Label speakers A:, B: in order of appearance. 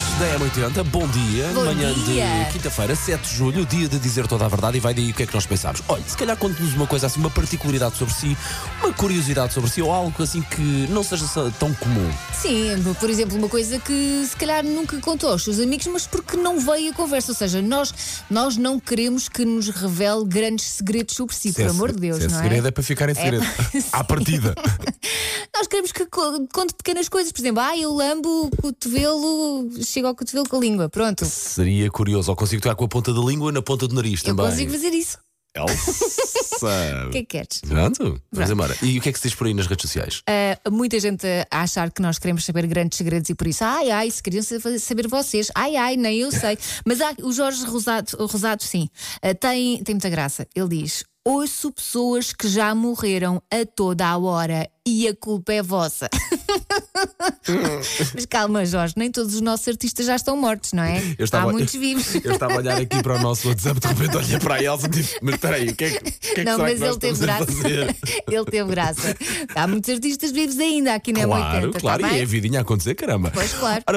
A: da M80, bom dia.
B: Bom
A: Manhã
B: dia.
A: de quinta-feira, 7 de julho, dia de dizer toda a verdade e vai daí o que é que nós pensámos. Olha, se calhar conte-nos uma coisa assim, uma particularidade sobre si, uma curiosidade sobre si ou algo assim que não seja só tão comum.
B: Sim, por exemplo, uma coisa que se calhar nunca contou aos seus amigos, mas porque não veio a conversa. Ou seja, nós, nós não queremos que nos revele grandes segredos sobre si, por amor de Deus,
C: Se é
B: não é?
C: segredo é para ficar em segredo. À partida.
B: Nós queremos que co- conte pequenas coisas, por exemplo, ah, eu lambo o cotovelo, chego ao cotovelo com a língua, pronto.
A: Seria curioso, ou consigo tocar com a ponta da língua na ponta do nariz
B: Eu
A: também.
B: consigo fazer isso. O
A: Elsa.
B: que é que queres?
A: Pronto, vamos embora. E o que é que se diz por aí nas redes sociais?
B: Ah, muita gente a achar que nós queremos saber grandes segredos e por isso, ai, ai, se queriam sa- saber vocês, ai, ai, nem eu sei. Mas há, o Jorge Rosado, o Rosado sim, ah, tem, tem muita graça. Ele diz: ouço pessoas que já morreram a toda a hora e a culpa é vossa. Mas calma, Jorge, nem todos os nossos artistas já estão mortos, não é?
A: Eu estava-
B: Há muitos vivos.
A: Eu estava a olhar aqui para o nosso WhatsApp, de repente olhei para a Elsa e disse: Mas espera aí, o que é que, o que, é que
B: não,
A: será
B: mas
A: que nós
B: ele teve
A: estamos a
B: graça.
A: fazer?
B: ele teve graça. Há muitos artistas vivos ainda aqui na
A: Claro,
B: 80,
A: claro,
B: tá
A: e
B: bem?
A: é a vidinha a acontecer, caramba.
B: Pois claro.